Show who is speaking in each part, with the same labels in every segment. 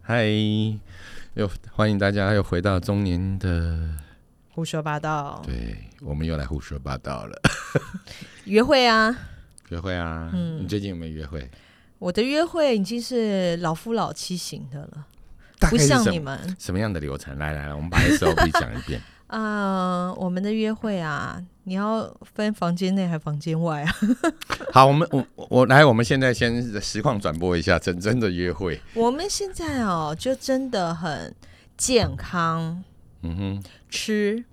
Speaker 1: 嗨，又欢迎大家又回到中年的，
Speaker 2: 胡说八道，
Speaker 1: 对我们又来胡说八道 了。
Speaker 2: 约会啊！
Speaker 1: 约会啊，你最近有没有约会？
Speaker 2: 我的约会已经是老夫老妻型的了，
Speaker 1: 大
Speaker 2: 不
Speaker 1: 概是
Speaker 2: 像
Speaker 1: 什
Speaker 2: 你
Speaker 1: 么
Speaker 2: 们。
Speaker 1: 什么样的流程？来来来，我们把 SOP 讲一遍。
Speaker 2: 啊、我们的约会啊，你要分房间内还房间外啊？
Speaker 1: 好，我们我我我来，我们现在先实况转播一下真真的约会。
Speaker 2: 我们现在哦，就真的很健康，
Speaker 1: 嗯哼，
Speaker 2: 吃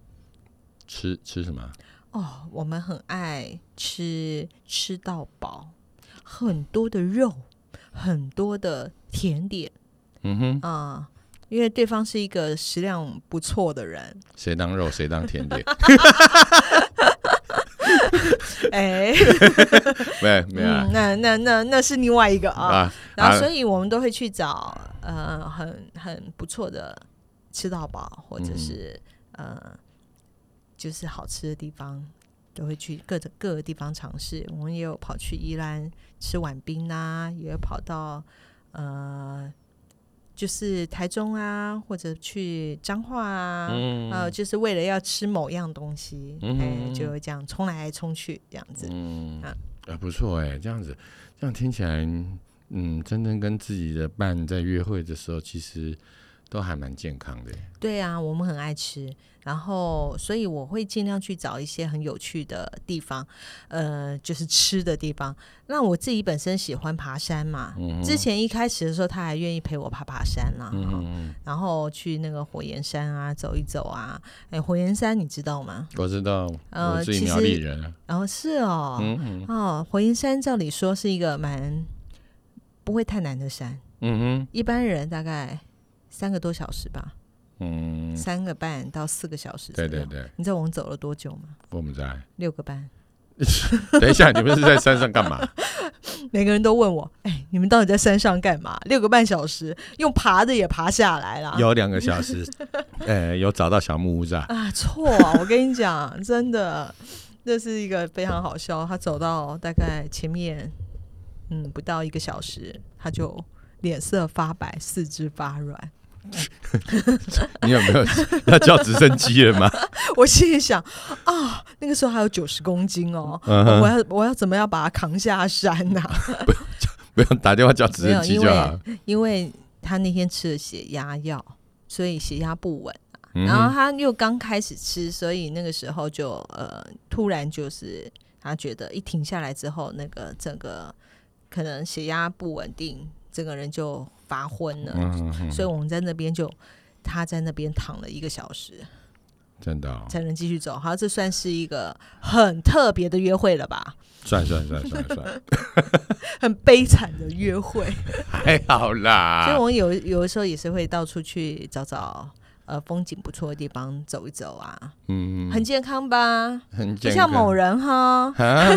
Speaker 1: 吃吃什么啊？
Speaker 2: 哦，我们很爱吃，吃到饱，很多的肉，很多的甜点
Speaker 1: 嗯哼，
Speaker 2: 啊、因为对方是一个食量不错的人，
Speaker 1: 谁当肉谁当甜 点？
Speaker 2: 哎，
Speaker 1: 没没有啊
Speaker 2: 嗯，那那那那是另外一个啊。
Speaker 1: 啊
Speaker 2: 然后，
Speaker 1: 啊
Speaker 2: 所以我们都会去找呃很很不错的吃到饱，
Speaker 1: 嗯
Speaker 2: 或者是、呃就是好吃的地方，都会去各个各个地方尝试。我们也有跑去宜兰吃碗冰啊，也有跑到呃就是台中啊，或者去彰化啊。
Speaker 1: 嗯
Speaker 2: 呃，就是为了要吃某样东西，哎、
Speaker 1: 嗯嗯嗯
Speaker 2: 就会这样冲来冲去这样子。
Speaker 1: 嗯
Speaker 2: 啊，
Speaker 1: 啊，不错哎，这样子，这样听起来，嗯，真正跟自己的伴在约会的时候，其实都还蛮健康的耶。
Speaker 2: 对啊，我们很爱吃，然后所以我会尽量去找一些很有趣的地方，呃，就是吃的地方。那我自己本身喜欢爬山嘛，之前一开始的时候他还愿意陪我爬爬山啦、
Speaker 1: 嗯
Speaker 2: 哈
Speaker 1: 嗯，
Speaker 2: 然后去那个火焰山啊走一走啊。哎，火焰山你知道吗？
Speaker 1: 我知道，
Speaker 2: 呃
Speaker 1: 我自己
Speaker 2: 其
Speaker 1: 苗栗
Speaker 2: 实
Speaker 1: 人啊。
Speaker 2: 然后是哦，
Speaker 1: 嗯嗯
Speaker 2: 哦，火焰山照理说是一个蛮不会太难的山，
Speaker 1: 嗯哼
Speaker 2: 一般人大概三个多小时吧，
Speaker 1: 嗯，
Speaker 2: 三个半到四个小时。
Speaker 1: 对对。对，
Speaker 2: 你知道我们走了多久吗？
Speaker 1: 我们在。
Speaker 2: 六个半，
Speaker 1: 等一 下，你们是在山上干嘛？
Speaker 2: 每个人都问我：“哎，你们到底在山上干嘛？六个半小时，用爬的也爬下来了。”
Speaker 1: 有两个小 时，呃，有找到小木屋是吧？
Speaker 2: 啊，错啊！我跟你讲， 真的，这是一个非常好笑。他走到大概前面，嗯，不到一个小时，他就脸色发白，四肢发软。
Speaker 1: 你有没有 要叫直升机了吗？
Speaker 2: 我心里想啊，那个时候还有九十公斤哦，我要我要怎么样把它扛下山啊呐、
Speaker 1: 不用打电话叫直升机就好。
Speaker 2: 因为他那天吃了血压药，所以血压不稳。啊
Speaker 1: 嗯
Speaker 2: 然后
Speaker 1: 哼，
Speaker 2: 他又刚开始吃，所以那个时候就呃，突然就是他觉得一停下来之后，那个整个可能血压不稳定，整个人就发昏了。
Speaker 1: 嗯哼，
Speaker 2: 所以我们在那边就他在那边躺了一个小时，
Speaker 1: 真的哦，
Speaker 2: 才能继续走。好，这算是一个很特别的约会了吧？
Speaker 1: 算算算算 算，
Speaker 2: 很悲惨的约会。
Speaker 1: 还好啦。
Speaker 2: 所以我们有有的时候也是会到处去找找。呃，风景不错的地方走一走啊，
Speaker 1: 嗯，
Speaker 2: 很健康吧？
Speaker 1: 很
Speaker 2: 不
Speaker 1: 健
Speaker 2: 像
Speaker 1: 康
Speaker 2: 某人哈，
Speaker 1: 啊，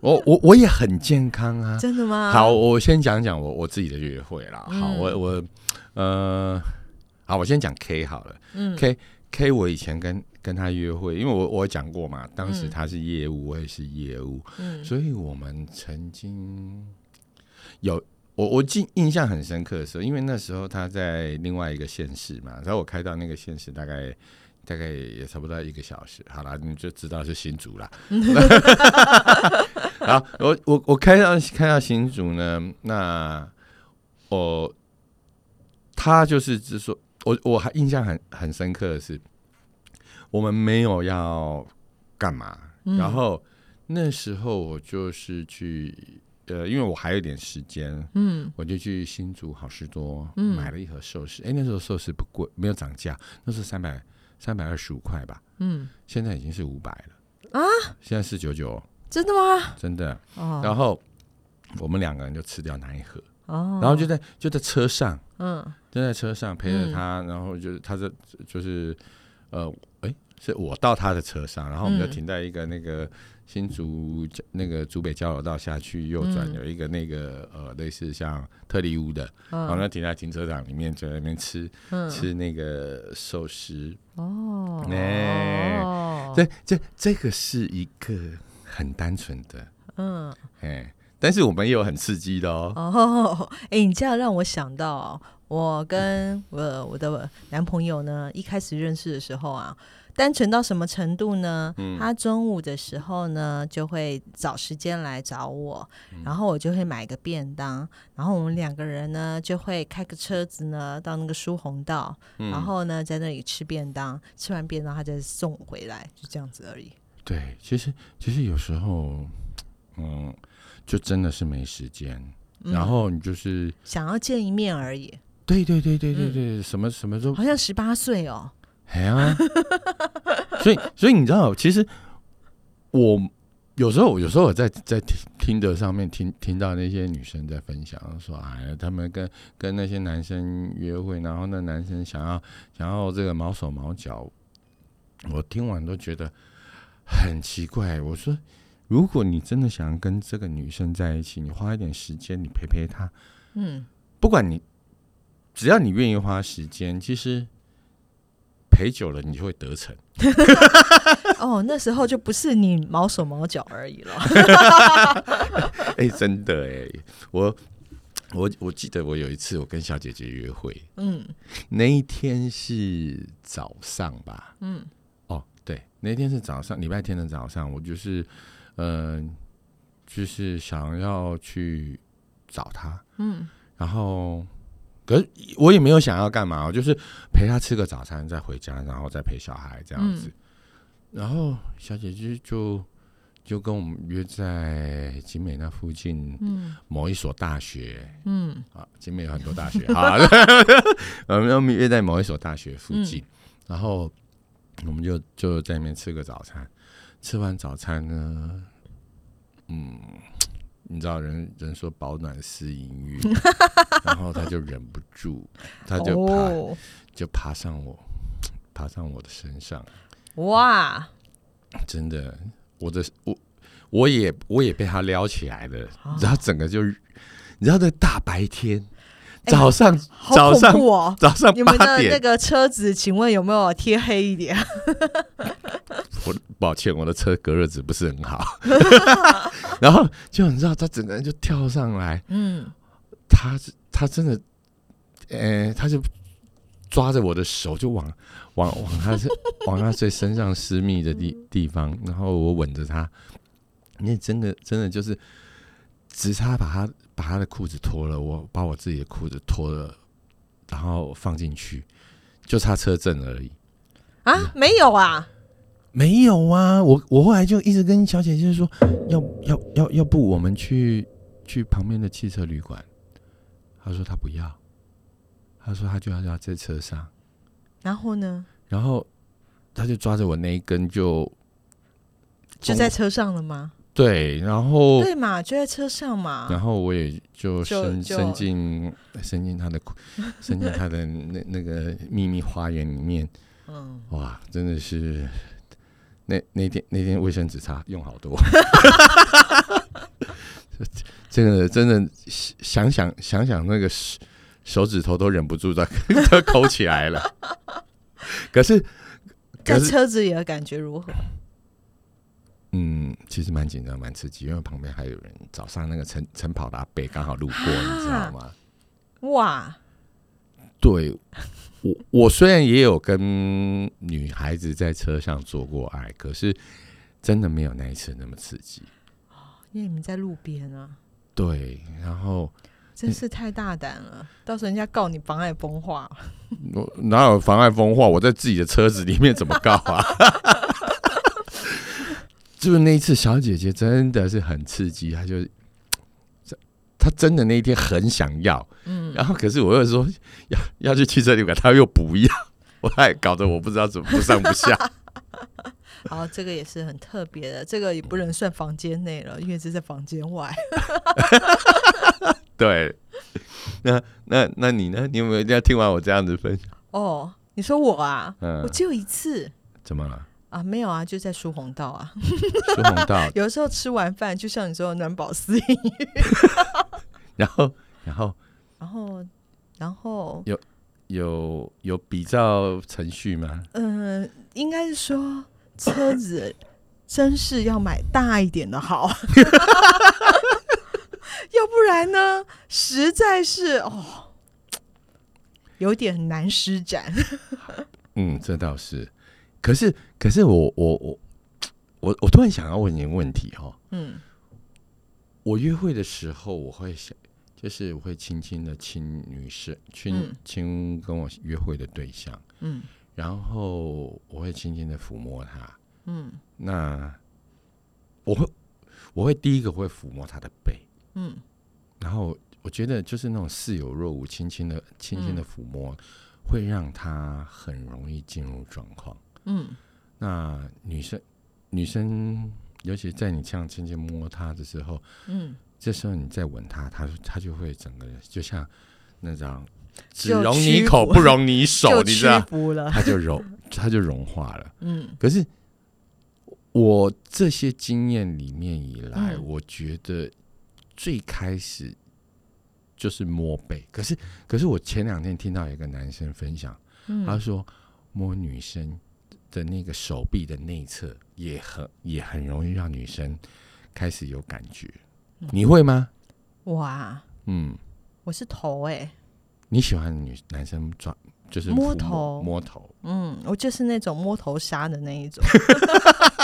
Speaker 1: 我我我也很健康啊。
Speaker 2: 真的吗？
Speaker 1: 好，，我先讲讲我我自己的约会啦。好，
Speaker 2: 嗯
Speaker 1: 我我呃，好，我先讲 K 好了。
Speaker 2: 嗯
Speaker 1: K K，我以前跟跟他约会，因为我我有讲过嘛，当时
Speaker 2: 嗯
Speaker 1: 他是业务，我也是业务，
Speaker 2: 嗯
Speaker 1: 所以我们曾经有我我记印象很深刻的时候，因为那时候他在另外一个县市嘛，然后我开到那个县市大概。大概也差不多一个小时，好啦，你就知道是新竹啦。好，我我我开到开到新竹呢，那我他就是只说，我我还印象很很深刻的是，我们没有要干嘛，
Speaker 2: 嗯
Speaker 1: 然后那时候我就是去，呃，因为我还有点时间，
Speaker 2: 嗯
Speaker 1: 我就去新竹好事多、
Speaker 2: 嗯
Speaker 1: 买了一盒寿司。哎，那时候寿司不贵，没有涨价，那时候三百三百二十五块吧，
Speaker 2: 嗯，
Speaker 1: 现在已经是五百了
Speaker 2: 啊，
Speaker 1: 现在四九九，
Speaker 2: 真的吗？
Speaker 1: 真的。
Speaker 2: 哦
Speaker 1: 然后我们两个人就吃掉那一盒，
Speaker 2: 哦，
Speaker 1: 然后就在就在车上，
Speaker 2: 嗯
Speaker 1: 就在车上陪着
Speaker 2: 嗯
Speaker 1: 他，然后就是他是就是呃，哎，是我到他的车上，然后我们就
Speaker 2: 嗯
Speaker 1: 停在一个那个新竹那个竹北交流道下去右转
Speaker 2: 嗯
Speaker 1: 有一个那个呃类似像特利屋的，然后
Speaker 2: 嗯
Speaker 1: 呢停在停车场里面就在那边吃
Speaker 2: 嗯
Speaker 1: 吃那个寿司，
Speaker 2: 哦，
Speaker 1: 哎
Speaker 2: 哦
Speaker 1: 这这这个是一个很单纯的
Speaker 2: 嗯
Speaker 1: 哎，但是我们也有很刺激的哦，
Speaker 2: 哦，哎，你这样让我想到，我跟呃我我的男朋友呢，一开始认识的时候啊，单纯到什么程度呢？
Speaker 1: 嗯
Speaker 2: 他中午的时候呢，就会找时间来找我，
Speaker 1: 嗯
Speaker 2: 然后我就会买个便当，然后我们两个人呢就会开个车子呢到那个书红道，
Speaker 1: 嗯
Speaker 2: 然后呢在那里吃便当，吃完便当他再送我回来，就这样子而已。
Speaker 1: 对，其实其实有时候，嗯，就真的是没时间，
Speaker 2: 嗯
Speaker 1: 然后你就是
Speaker 2: 想要见一面而已，
Speaker 1: 对对对对对对，什么什么都
Speaker 2: 好像十八岁哦，
Speaker 1: 哎呀， 所以所以你知道，其实我有时候有时候我在在听听的上面听听到那些女生在分享说，哎呀，他们跟跟那些男生约会，然后那男生想要想要这个毛手毛脚，我听完都觉得很奇怪。我说，如果你真的想要跟这个女生在一起，你花一点时间，你陪陪她，
Speaker 2: 嗯，
Speaker 1: 不管你只要你愿意花时间，其实陪久了你就会得逞。
Speaker 2: 哦，那时候就不是你毛手毛脚而已了。
Speaker 1: 哎、真的哎、我我我记得我有一次我跟小姐姐约会，
Speaker 2: 嗯，
Speaker 1: 那一天是早上吧？嗯，哦，对，那天是早上，礼拜天的早上，我就是嗯、呃就是想要去找她，嗯，然后。可是我也没有想要干嘛，我就是陪她吃个早餐，再回家，然后再陪小孩这样子。然后小姐姐就就跟我们约在景美那附近，嗯，某一所大学，
Speaker 2: 嗯，
Speaker 1: 啊，景美有很多大学，好，啊 我们我们约在某一所大学附
Speaker 2: 嗯
Speaker 1: 近，然后我们就就在那边吃个早餐。吃完早餐呢，嗯，你知道人人说保暖思淫欲， 然后他就忍不住，他就爬、
Speaker 2: 哦、
Speaker 1: 就爬上我，爬上我的身上，
Speaker 2: 哇，
Speaker 1: 真的，我的我我也我也被他撩起来了，
Speaker 2: 啊
Speaker 1: 然后整个就，你知道那大白天，
Speaker 2: 哎
Speaker 1: 早上、
Speaker 2: 好
Speaker 1: 早
Speaker 2: 恐
Speaker 1: 上
Speaker 2: 怖哦！
Speaker 1: 早上
Speaker 2: 你们
Speaker 1: 八
Speaker 2: 的那
Speaker 1: 点，
Speaker 2: 个车子，请问有没有贴黑一点？
Speaker 1: 我抱歉，我的车隔热纸不是很好， 然后就你知道，他整个人就跳上来，
Speaker 2: 嗯，
Speaker 1: 他是他真的，呃，他就抓着我的手就往往往他是 往他最身上私密的
Speaker 2: 嗯
Speaker 1: 地地方，然后我吻着他，那真的真的就是直插把他把他的裤子脱了，我把我自己的裤子脱了，然后放进去，就差车震而已。
Speaker 2: 啊，没有啊，
Speaker 1: 没有啊，我我后来就一直跟小姐姐说，要要要要不我们去去旁边的汽车旅馆。她说她不要，她说她就要要在车上，
Speaker 2: 然后呢，
Speaker 1: 然后她就抓着我那一根就
Speaker 2: 就在车上了吗？
Speaker 1: 对，然后
Speaker 2: 对嘛，就在车上嘛。
Speaker 1: 然后我也就
Speaker 2: 就
Speaker 1: 伸
Speaker 2: 就
Speaker 1: 伸进伸进她的裤伸进她的那那个秘密花园里面，
Speaker 2: 嗯，
Speaker 1: 哇，真的是那那天那天卫生纸擦用好多，这个真的想想想想那个手手指头都忍不住的都抠起来了。可是可
Speaker 2: 在
Speaker 1: 是
Speaker 2: 车子里的感觉如何？
Speaker 1: 嗯，其实蛮紧张蛮刺激，因为旁边还有人早上那个晨晨跑的阿北刚好路过，你知道吗？
Speaker 2: 哇，
Speaker 1: 对。我我虽然也有跟女孩子在车上做过爱，可是真的没有那一次那么刺激。
Speaker 2: 因为你们在路边啊，
Speaker 1: 对，然后
Speaker 2: 真是太大胆了，到时候人家告你妨碍风化。
Speaker 1: 我哪有妨碍风化？我在自己的车子里面怎么告啊？ 就是那一次，小姐姐真的是很刺激，她就，她真的那一天很想要，
Speaker 2: 嗯，
Speaker 1: 然后可是我又说要要去汽车旅馆，她又不要， 我还搞得我不知道怎么不上不下。
Speaker 2: 好，这个也是很特别的，这个也不能算房间内了，因为这在房间外。
Speaker 1: 对，那那那你呢？你有没有要听完我这样子分享？
Speaker 2: 哦，你说我啊，
Speaker 1: 嗯
Speaker 2: 我，只有一次
Speaker 1: 怎么了？
Speaker 2: 啊，没有啊，就在书红道啊。
Speaker 1: 苏红道，
Speaker 2: 有时候吃完饭，就像你说的暖宝思淫，
Speaker 1: 然后然后
Speaker 2: 然后，然后，
Speaker 1: 有有比照程序吗？
Speaker 2: 嗯、应该是说车子真是要买大一点的好， 要不然呢，实在是哦，有点难施展。
Speaker 1: 嗯，这倒是。可是，可是我我我我我突然想要问你一个问题哈、哦。
Speaker 2: 嗯，
Speaker 1: 我约会的时候，我会想，就是我会轻轻的亲女生，亲
Speaker 2: 嗯
Speaker 1: 亲跟我约会的对象，
Speaker 2: 嗯
Speaker 1: 然后我会轻轻的抚摸她。
Speaker 2: 嗯
Speaker 1: 那我会，我会第一个会抚摸她的背，
Speaker 2: 嗯
Speaker 1: 然后我觉得就是那种似有若无、轻轻的、轻
Speaker 2: 嗯
Speaker 1: 轻的抚摸，会让她很容易进入状况。
Speaker 2: 嗯
Speaker 1: 那女生，女生，尤其在你这样轻轻摸她的时候，
Speaker 2: 嗯，
Speaker 1: 这时候你再吻她，她她就会整个人就像那张只
Speaker 2: 就
Speaker 1: 容
Speaker 2: 屈
Speaker 1: 你口
Speaker 2: 服
Speaker 1: 不容你手，
Speaker 2: 就
Speaker 1: 你知
Speaker 2: 屈
Speaker 1: 道，
Speaker 2: 服了。
Speaker 1: 她就融，她就融化了。
Speaker 2: 嗯
Speaker 1: 可是我这些经验里面以来，
Speaker 2: 嗯
Speaker 1: 我觉得最开始就是摸背。可是，可是我前两天听到一个男生分享，他
Speaker 2: 嗯
Speaker 1: 说摸女生的那个手臂的内侧也很也很容易让女生开始有感觉。
Speaker 2: 嗯
Speaker 1: 你会吗？
Speaker 2: 哇，
Speaker 1: 嗯，
Speaker 2: 我是头哎、
Speaker 1: 你喜欢女男生抓就是
Speaker 2: 摸
Speaker 1: 抚
Speaker 2: 头
Speaker 1: 摸头，
Speaker 2: 嗯，我就是那种摸头杀的那一种，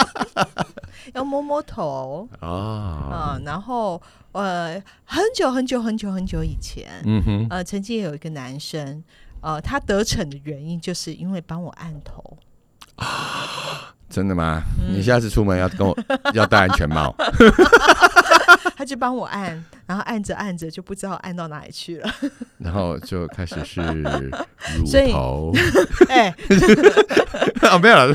Speaker 2: 要摸摸
Speaker 1: 哦
Speaker 2: 头
Speaker 1: 啊，
Speaker 2: 啊、然后呃，很久很久很久很久以前，
Speaker 1: 嗯哼，
Speaker 2: 呃，曾经有一个男生，呃，他得逞的原因就是因为帮我按头，
Speaker 1: 真的吗？你下次出门要跟我要戴安全帽。
Speaker 2: 他就帮我按，然后按着按着就不知道按到哪里去了，
Speaker 1: 然后就开始是乳
Speaker 2: 所以
Speaker 1: 头
Speaker 2: 哎，
Speaker 1: 啊，没有了，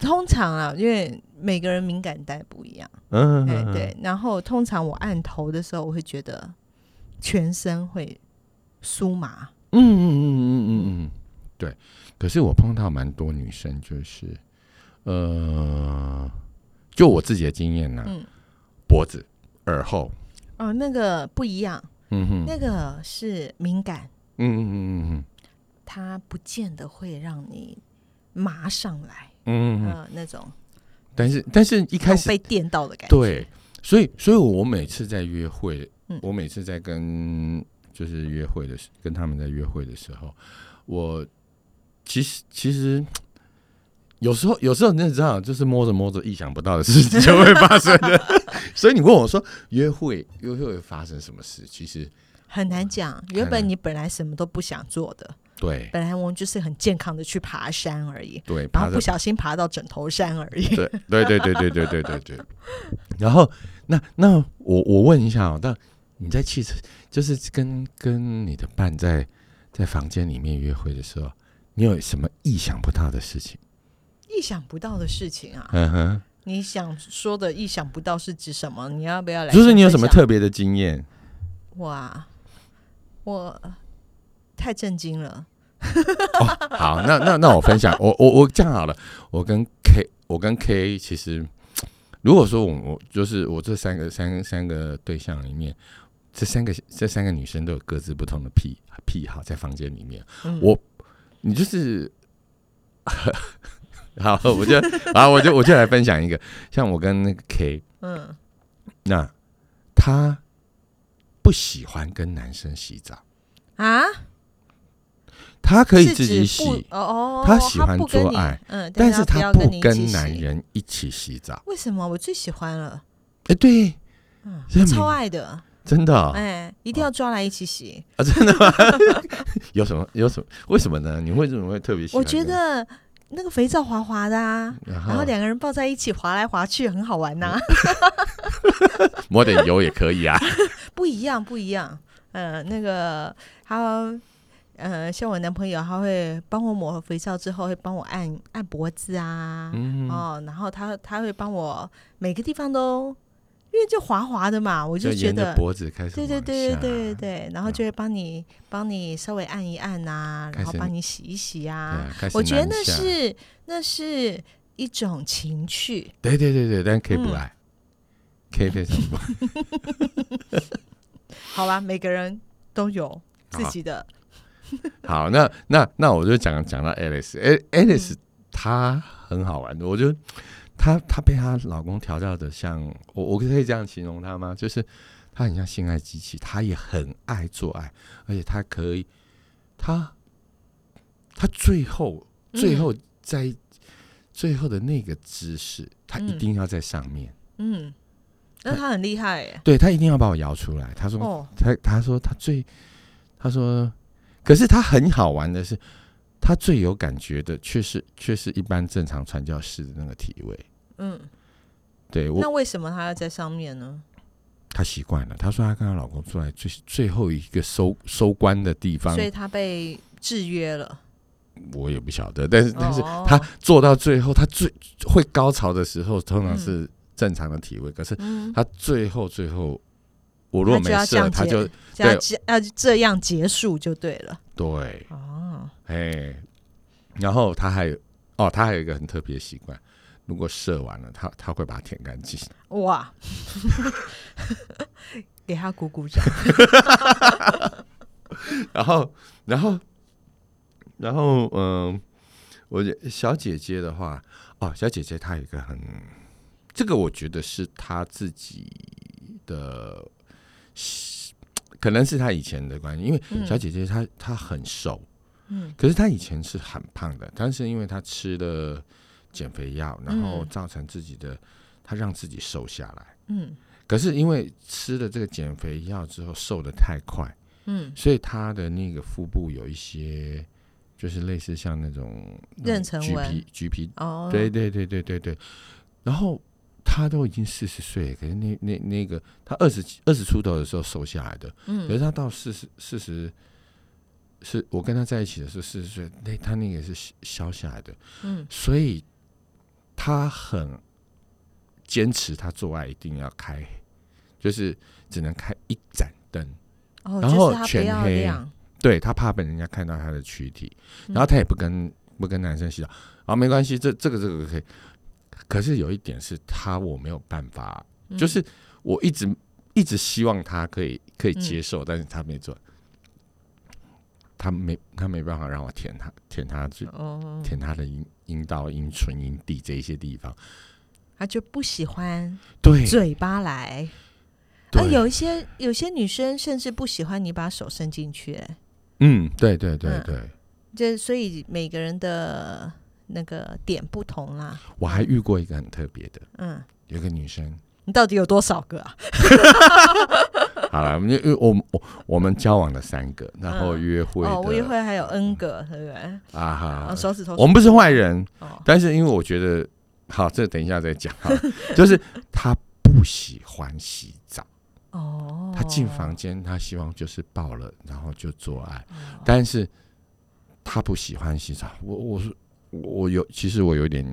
Speaker 2: 通常啊，因为每个人敏感带不一样，
Speaker 1: 嗯，
Speaker 2: 哎、对，然后通常我按头的时候，我会觉得全身会酥麻，
Speaker 1: 嗯，嗯嗯嗯嗯嗯嗯，对。可是我碰到蛮多女生，就是呃，就我自己的经验呢、
Speaker 2: 嗯，
Speaker 1: 脖子、耳后，
Speaker 2: 哦，那个不一样，
Speaker 1: 嗯哼，
Speaker 2: 那个是敏感，
Speaker 1: 嗯嗯嗯
Speaker 2: 它不见得会让你麻上来，
Speaker 1: 嗯嗯嗯嗯，
Speaker 2: 呃，那种
Speaker 1: 但是但是一开
Speaker 2: 那种
Speaker 1: 始
Speaker 2: 被电到的感觉，
Speaker 1: 对，所以所以我每次在约会，
Speaker 2: 嗯
Speaker 1: 我每次在跟就是约会的时，跟他们在约会的时候，我其实其实有时候有时候你也知道，就是摸着摸着意想不到的事情就会发生 的。所以你问我说约会约会会发生什么事？其实
Speaker 2: 很难讲。原本你本来什么都不想做的，
Speaker 1: 对
Speaker 2: 本来我们就是很健康的去爬山而已，
Speaker 1: 对，
Speaker 2: 然
Speaker 1: 爬
Speaker 2: 后
Speaker 1: 着
Speaker 2: 不小心爬到枕头山而已。
Speaker 1: 对对对对对对对对对。然后，那那我我问一下哦，那你在汽车，就是跟跟你的伴在在房间里面约会的时候，你有什么意想不到的事情？
Speaker 2: 意想不到的事情啊！
Speaker 1: 嗯哼，
Speaker 2: 你想说的意想不到是指什么？你要不要来？
Speaker 1: 就是你有什么？特别的经验？
Speaker 2: 哇，我太震惊了。
Speaker 1: 好，那那那我分享，我我我这样好了，我跟 K，我跟 K 其实，如果说我我就是我这三个三三个对象里面，这三个这三个女生都有各自不同的癖癖好，在房间里面，
Speaker 2: 嗯
Speaker 1: 我你就是。 好，我就好，我就我就来分享一个，像我跟那个 K，
Speaker 2: 嗯
Speaker 1: 那他不喜欢跟男生洗澡，
Speaker 2: 啊，
Speaker 1: 他可以
Speaker 2: 是
Speaker 1: 自己
Speaker 2: 指
Speaker 1: 洗，
Speaker 2: 不哦哦，
Speaker 1: 他喜欢
Speaker 2: 不跟
Speaker 1: 做
Speaker 2: 你
Speaker 1: 爱，
Speaker 2: 嗯，
Speaker 1: 但
Speaker 2: 是
Speaker 1: 是
Speaker 2: 他
Speaker 1: 他
Speaker 2: 不要
Speaker 1: 啊不
Speaker 2: 你一起
Speaker 1: 跟
Speaker 2: 洗
Speaker 1: 男。人一起洗澡。
Speaker 2: 为什么我最喜欢了？
Speaker 1: 哎、对，
Speaker 2: 嗯，
Speaker 1: 这
Speaker 2: 我
Speaker 1: 明
Speaker 2: 超爱的，
Speaker 1: 真的哦、
Speaker 2: 哎，一定要抓来一起洗。
Speaker 1: 啊，真的吗？有什么？有什么？为什么呢？你为什么会特别喜欢
Speaker 2: 我
Speaker 1: 跟？
Speaker 2: 觉得那个肥皂滑滑的啊，
Speaker 1: 然
Speaker 2: 然
Speaker 1: 后
Speaker 2: 后两个人抱在一起滑来滑去，很好玩呐、
Speaker 1: 嗯抹点油也可以啊。
Speaker 2: 不一样，不一样。呃，那个他，呃，像我男朋友，他会帮我抹肥皂之后，会帮我按按脖子啊，
Speaker 1: 嗯，
Speaker 2: 哦，然后他他会帮我每个地方都，因为就滑滑的嘛，我就觉
Speaker 1: 沿着
Speaker 2: 得。
Speaker 1: 脖子开始
Speaker 2: 对对
Speaker 1: 往
Speaker 2: 对
Speaker 1: 下
Speaker 2: 对对对，对，然后
Speaker 1: 嗯
Speaker 2: 就会帮你帮你稍微按一按呐、
Speaker 1: 开
Speaker 2: 然后
Speaker 1: 始
Speaker 2: 帮你洗一洗
Speaker 1: 对
Speaker 2: 啊。
Speaker 1: 啊开始
Speaker 2: 我觉得
Speaker 1: 南
Speaker 2: 那
Speaker 1: 下
Speaker 2: 是那是一种情趣，
Speaker 1: 对对对对，但 K 不
Speaker 2: 嗯
Speaker 1: 来、k 非常不爱
Speaker 2: 好吧？每个人都有自己的，
Speaker 1: 啊好。那那那我就讲讲到
Speaker 2: 嗯
Speaker 1: Alice，Alice 她很好玩的，我觉得她她被她老公调教的像我我可以这样形容她吗？就是她很像性爱机器，她也很爱做爱，而且她可以他他最后
Speaker 2: 嗯
Speaker 1: 最后在、最后的那个姿势，他一
Speaker 2: 嗯
Speaker 1: 定要在上面，
Speaker 2: 嗯，那他很厉害耶。
Speaker 1: 对他一定要把我摇出来。他说、
Speaker 2: 哦，
Speaker 1: 他他说他最他说，可是他很好玩的是，他最有感觉的却是却是一般正常传教士的那个体位。
Speaker 2: 嗯，
Speaker 1: 对我
Speaker 2: 那为什么他要在上面呢？
Speaker 1: 她习惯了，她说她跟她老公住在最最后一个收收官的地方
Speaker 2: 所，以他被制约了。
Speaker 1: 我也不晓得，但是 但是
Speaker 2: 哦
Speaker 1: 她做到最后，她最会高潮的时候，通常是正常的体位，可是
Speaker 2: 嗯，
Speaker 1: 她最后最后，我如果没
Speaker 2: 她就要
Speaker 1: 射，
Speaker 2: 降
Speaker 1: 她
Speaker 2: 解
Speaker 1: 就
Speaker 2: 这样结要呃这样结束就对了。
Speaker 1: 对，
Speaker 2: 哦，
Speaker 1: 哎，然后她还有哦，她还有一个很特别的习惯，如果射完了，她她会把它舔干净，
Speaker 2: 哇， 给他鼓鼓掌。
Speaker 1: 然后，然后，然后，嗯、我觉得小姐姐的话，哦，小姐姐她有一个很，这个我觉得是她自己的，可能是她以前的关系，因为
Speaker 2: 嗯
Speaker 1: 小姐姐她她很瘦，
Speaker 2: 嗯
Speaker 1: 可是她以前是很胖的，但是因为她吃了减肥药，然后
Speaker 2: 嗯
Speaker 1: 造成自己的，她让自己瘦下来。
Speaker 2: 嗯
Speaker 1: 可是因为吃了这个减肥药之后，瘦的太快，
Speaker 2: 嗯，
Speaker 1: 所以她的那个腹部有一些，就是类似像那种
Speaker 2: 妊娠
Speaker 1: 橘
Speaker 2: 纹
Speaker 1: 皮橘皮，
Speaker 2: 哦，
Speaker 1: 对，对对对对对。然后她都已经四十岁了，可是那那那个她二十二十出头的时候瘦下来的，可是
Speaker 2: 嗯
Speaker 1: 她到四十四十。是我跟她在一起的时候四十岁，那她那个是消下来的，
Speaker 2: 嗯
Speaker 1: 所以她很坚持，她做爱一定要开，就是只能开一盏灯，
Speaker 2: 哦，
Speaker 1: 然
Speaker 2: 就是
Speaker 1: 后
Speaker 2: 他不
Speaker 1: 全
Speaker 2: 要
Speaker 1: 黑
Speaker 2: 亮
Speaker 1: 对他怕被人家看到他的躯体，
Speaker 2: 嗯
Speaker 1: 然后他也不跟、不跟男生洗澡，啊，没关系，这这个这个可以。可是有一点是他我没有办法，
Speaker 2: 嗯
Speaker 1: 就是我一直一直希望他可以可以接
Speaker 2: 嗯
Speaker 1: 受，但是他没做，他没他没办法让我舔他舔他最
Speaker 2: 哦，
Speaker 1: 舔他的阴阴道、阴唇、阴蒂这一些地方，
Speaker 2: 他就不喜欢
Speaker 1: 对
Speaker 2: 嘴巴来。
Speaker 1: 对，
Speaker 2: 而嗯哎有一些有些女生甚至不喜欢你把手伸进去、哎
Speaker 1: 嗯，对对对
Speaker 2: 嗯
Speaker 1: 对，
Speaker 2: 这所以每个人的那个点不同啦。
Speaker 1: 我还遇过一个很特别的，
Speaker 2: 嗯，
Speaker 1: 有一个女生，
Speaker 2: 你到底有多少个啊？
Speaker 1: 好了，我们就因为我们我我们交往了三个，然后约会的、嗯
Speaker 2: 哦，我约会还有 N 个，对不对？
Speaker 1: 啊
Speaker 2: 啊，
Speaker 1: 哈，
Speaker 2: 手指头。
Speaker 1: 我们不是坏人，
Speaker 2: 哦，
Speaker 1: 但是因为我觉得，好，这等一下再讲， 好就是他不喜欢洗澡，
Speaker 2: 哦，
Speaker 1: 他进房间，他希望就是抱了，然后就做爱，
Speaker 2: 哦，
Speaker 1: 但是他不喜欢洗澡，我我是我有，其实我有点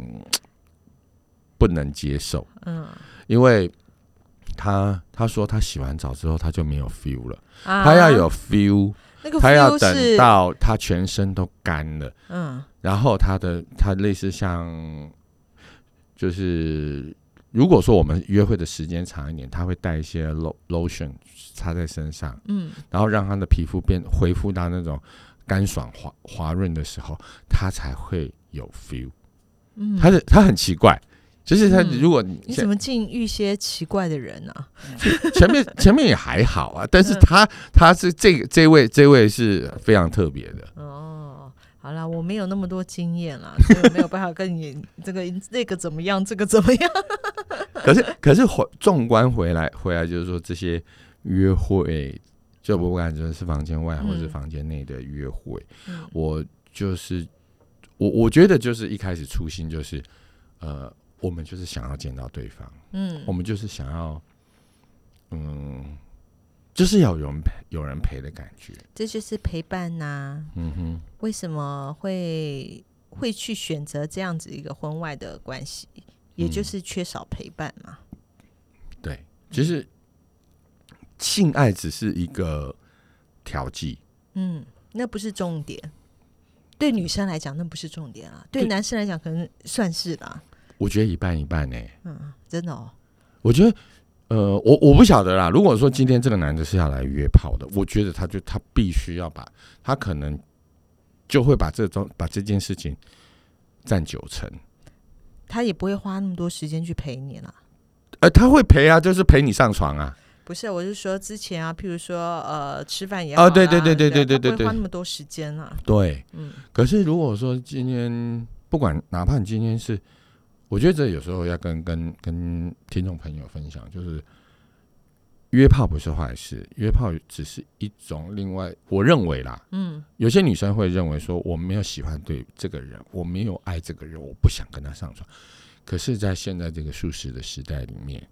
Speaker 1: 不能接受，
Speaker 2: 嗯
Speaker 1: 因为他他说他洗完澡之后他就没有 feel 了，
Speaker 2: 啊
Speaker 1: 他要有 feel。
Speaker 2: 那个 feel 是，
Speaker 1: 他要等到他全身都干了，
Speaker 2: 嗯
Speaker 1: 然后他的他类似像，就是如果说我们约会的时间长一点，他会带一些 lo- lotion 擦在身上，
Speaker 2: 嗯
Speaker 1: 然后让他的皮肤变恢复到那种干爽滑滑润的时候，他才会有 feel。
Speaker 2: 嗯，
Speaker 1: 他的他很奇怪。就是他，
Speaker 2: 嗯
Speaker 1: 如果你
Speaker 2: 你
Speaker 1: 前
Speaker 2: 怎么进一些奇怪的人呢、啊？
Speaker 1: 前面前面也还好啊，但是
Speaker 2: 嗯
Speaker 1: 他他是这个这位这位是非常特别的，
Speaker 2: 哦，好啦，我没有那么多经验啦，所以我没有办法跟你 这个那个怎么样，这个怎么样。
Speaker 1: 可是可是回纵观回来回来，就是说这些约会，就不管就是房间外
Speaker 2: 嗯
Speaker 1: 或是房间内的约会，
Speaker 2: 嗯
Speaker 1: 我就是我我觉得就是一开始初心就是，呃，我们就是想要见到对方，我
Speaker 2: 嗯
Speaker 1: 们就是想要，嗯，就是要有人陪有人陪的感觉，
Speaker 2: 这就是陪伴呐、
Speaker 1: 嗯哼，
Speaker 2: 为什么会会去选择这样子一个婚外的关系？也就
Speaker 1: 嗯
Speaker 2: 是缺少陪伴嘛。
Speaker 1: 对，其实性爱只是一个调剂，
Speaker 2: 嗯，那不是重点。对女生来讲，那不是重点啊；对
Speaker 1: 对
Speaker 2: 男生来讲，可能算是啦。
Speaker 1: 我觉得一半一半欸呢、
Speaker 2: 嗯，真的哦。
Speaker 1: 我觉得，呃，我我不晓得啦。如果说今天这个男的是要来约炮的，我觉得他就他必须要把，他可能就会把这种把这件事情占九成，
Speaker 2: 他也不会花那么多时间去陪你啦。
Speaker 1: 呃，他会陪啊，就是陪你上床啊，
Speaker 2: 不是，我是说之前啊，譬如说呃，吃饭也
Speaker 1: 哦
Speaker 2: 好啦啊
Speaker 1: 对对对对对对
Speaker 2: 不
Speaker 1: 对对
Speaker 2: 会花那么多时间啊。
Speaker 1: 对，
Speaker 2: 嗯
Speaker 1: 可是如果说今天不管，哪怕你今天是，我觉得这有时候要跟跟跟听众朋友分享，就是约炮不是坏事，约炮只是一种另外，我认为啦，
Speaker 2: 嗯
Speaker 1: 有些女生会认为说我没有喜欢对这个人，我没有爱这个人，我不想跟他上床。可是，在现在这个素食的时代里面，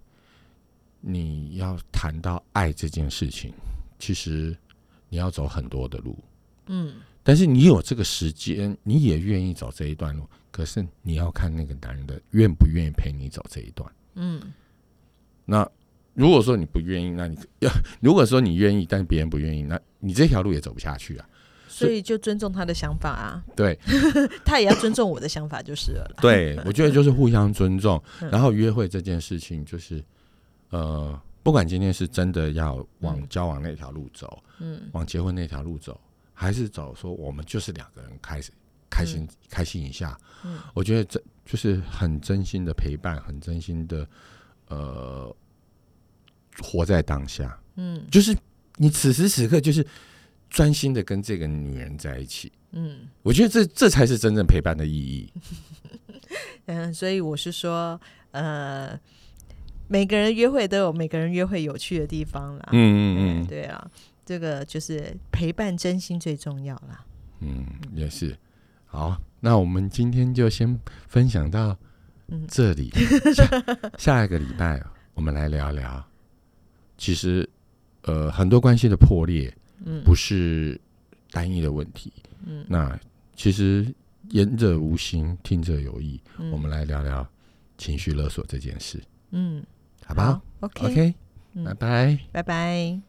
Speaker 1: 你要谈到爱这件事情，其实你要走很多的路。
Speaker 2: 嗯，
Speaker 1: 但是你有这个时间，你也愿意走这一段路，可是你要看那个男人的愿不愿意陪你走这一段。
Speaker 2: 嗯
Speaker 1: 那如果说你不愿意，那你 要如果说你愿意，但是别人不愿意，那你这条路也走不下去啊。
Speaker 2: 所以就尊重他的想法啊，
Speaker 1: 对
Speaker 2: 他也要尊重我的想法就是了啦。
Speaker 1: 对，我觉得就是互相尊重，
Speaker 2: 嗯
Speaker 1: 然后约会这件事情就是，呃，不管今天是真的要往
Speaker 2: 嗯
Speaker 1: 交往那条路走，
Speaker 2: 嗯
Speaker 1: 往结婚那条路走，还是走说我们就是两个人开始开心、开心一下。
Speaker 2: 嗯
Speaker 1: 我觉得这就是很真心的陪伴，很真心的呃，活在当下，
Speaker 2: 嗯
Speaker 1: 就是你此时此刻就是专心的跟这个女人在一起。
Speaker 2: 嗯
Speaker 1: 我觉得这这才是真正陪伴的意义。
Speaker 2: 嗯，所以我是说，呃，每个人约会都有每个人约会有趣的地方啦。哎
Speaker 1: 嗯嗯嗯
Speaker 2: 对对啊，这个就是陪伴真心最重要啦。
Speaker 1: 嗯，也是。好，那我们今天就先分享到
Speaker 2: 嗯
Speaker 1: 这里。 下下一个礼拜我们来聊聊，其实呃，很多关系的破裂
Speaker 2: 嗯
Speaker 1: 不是单一的问题。
Speaker 2: 嗯
Speaker 1: 那其实言者无心，听者有意。
Speaker 2: 嗯，
Speaker 1: 我们来聊聊情绪勒索这件事，
Speaker 2: 嗯，
Speaker 1: 好不好
Speaker 2: ，OK，
Speaker 1: ？OK，
Speaker 2: 嗯
Speaker 1: 拜拜。
Speaker 2: 拜拜。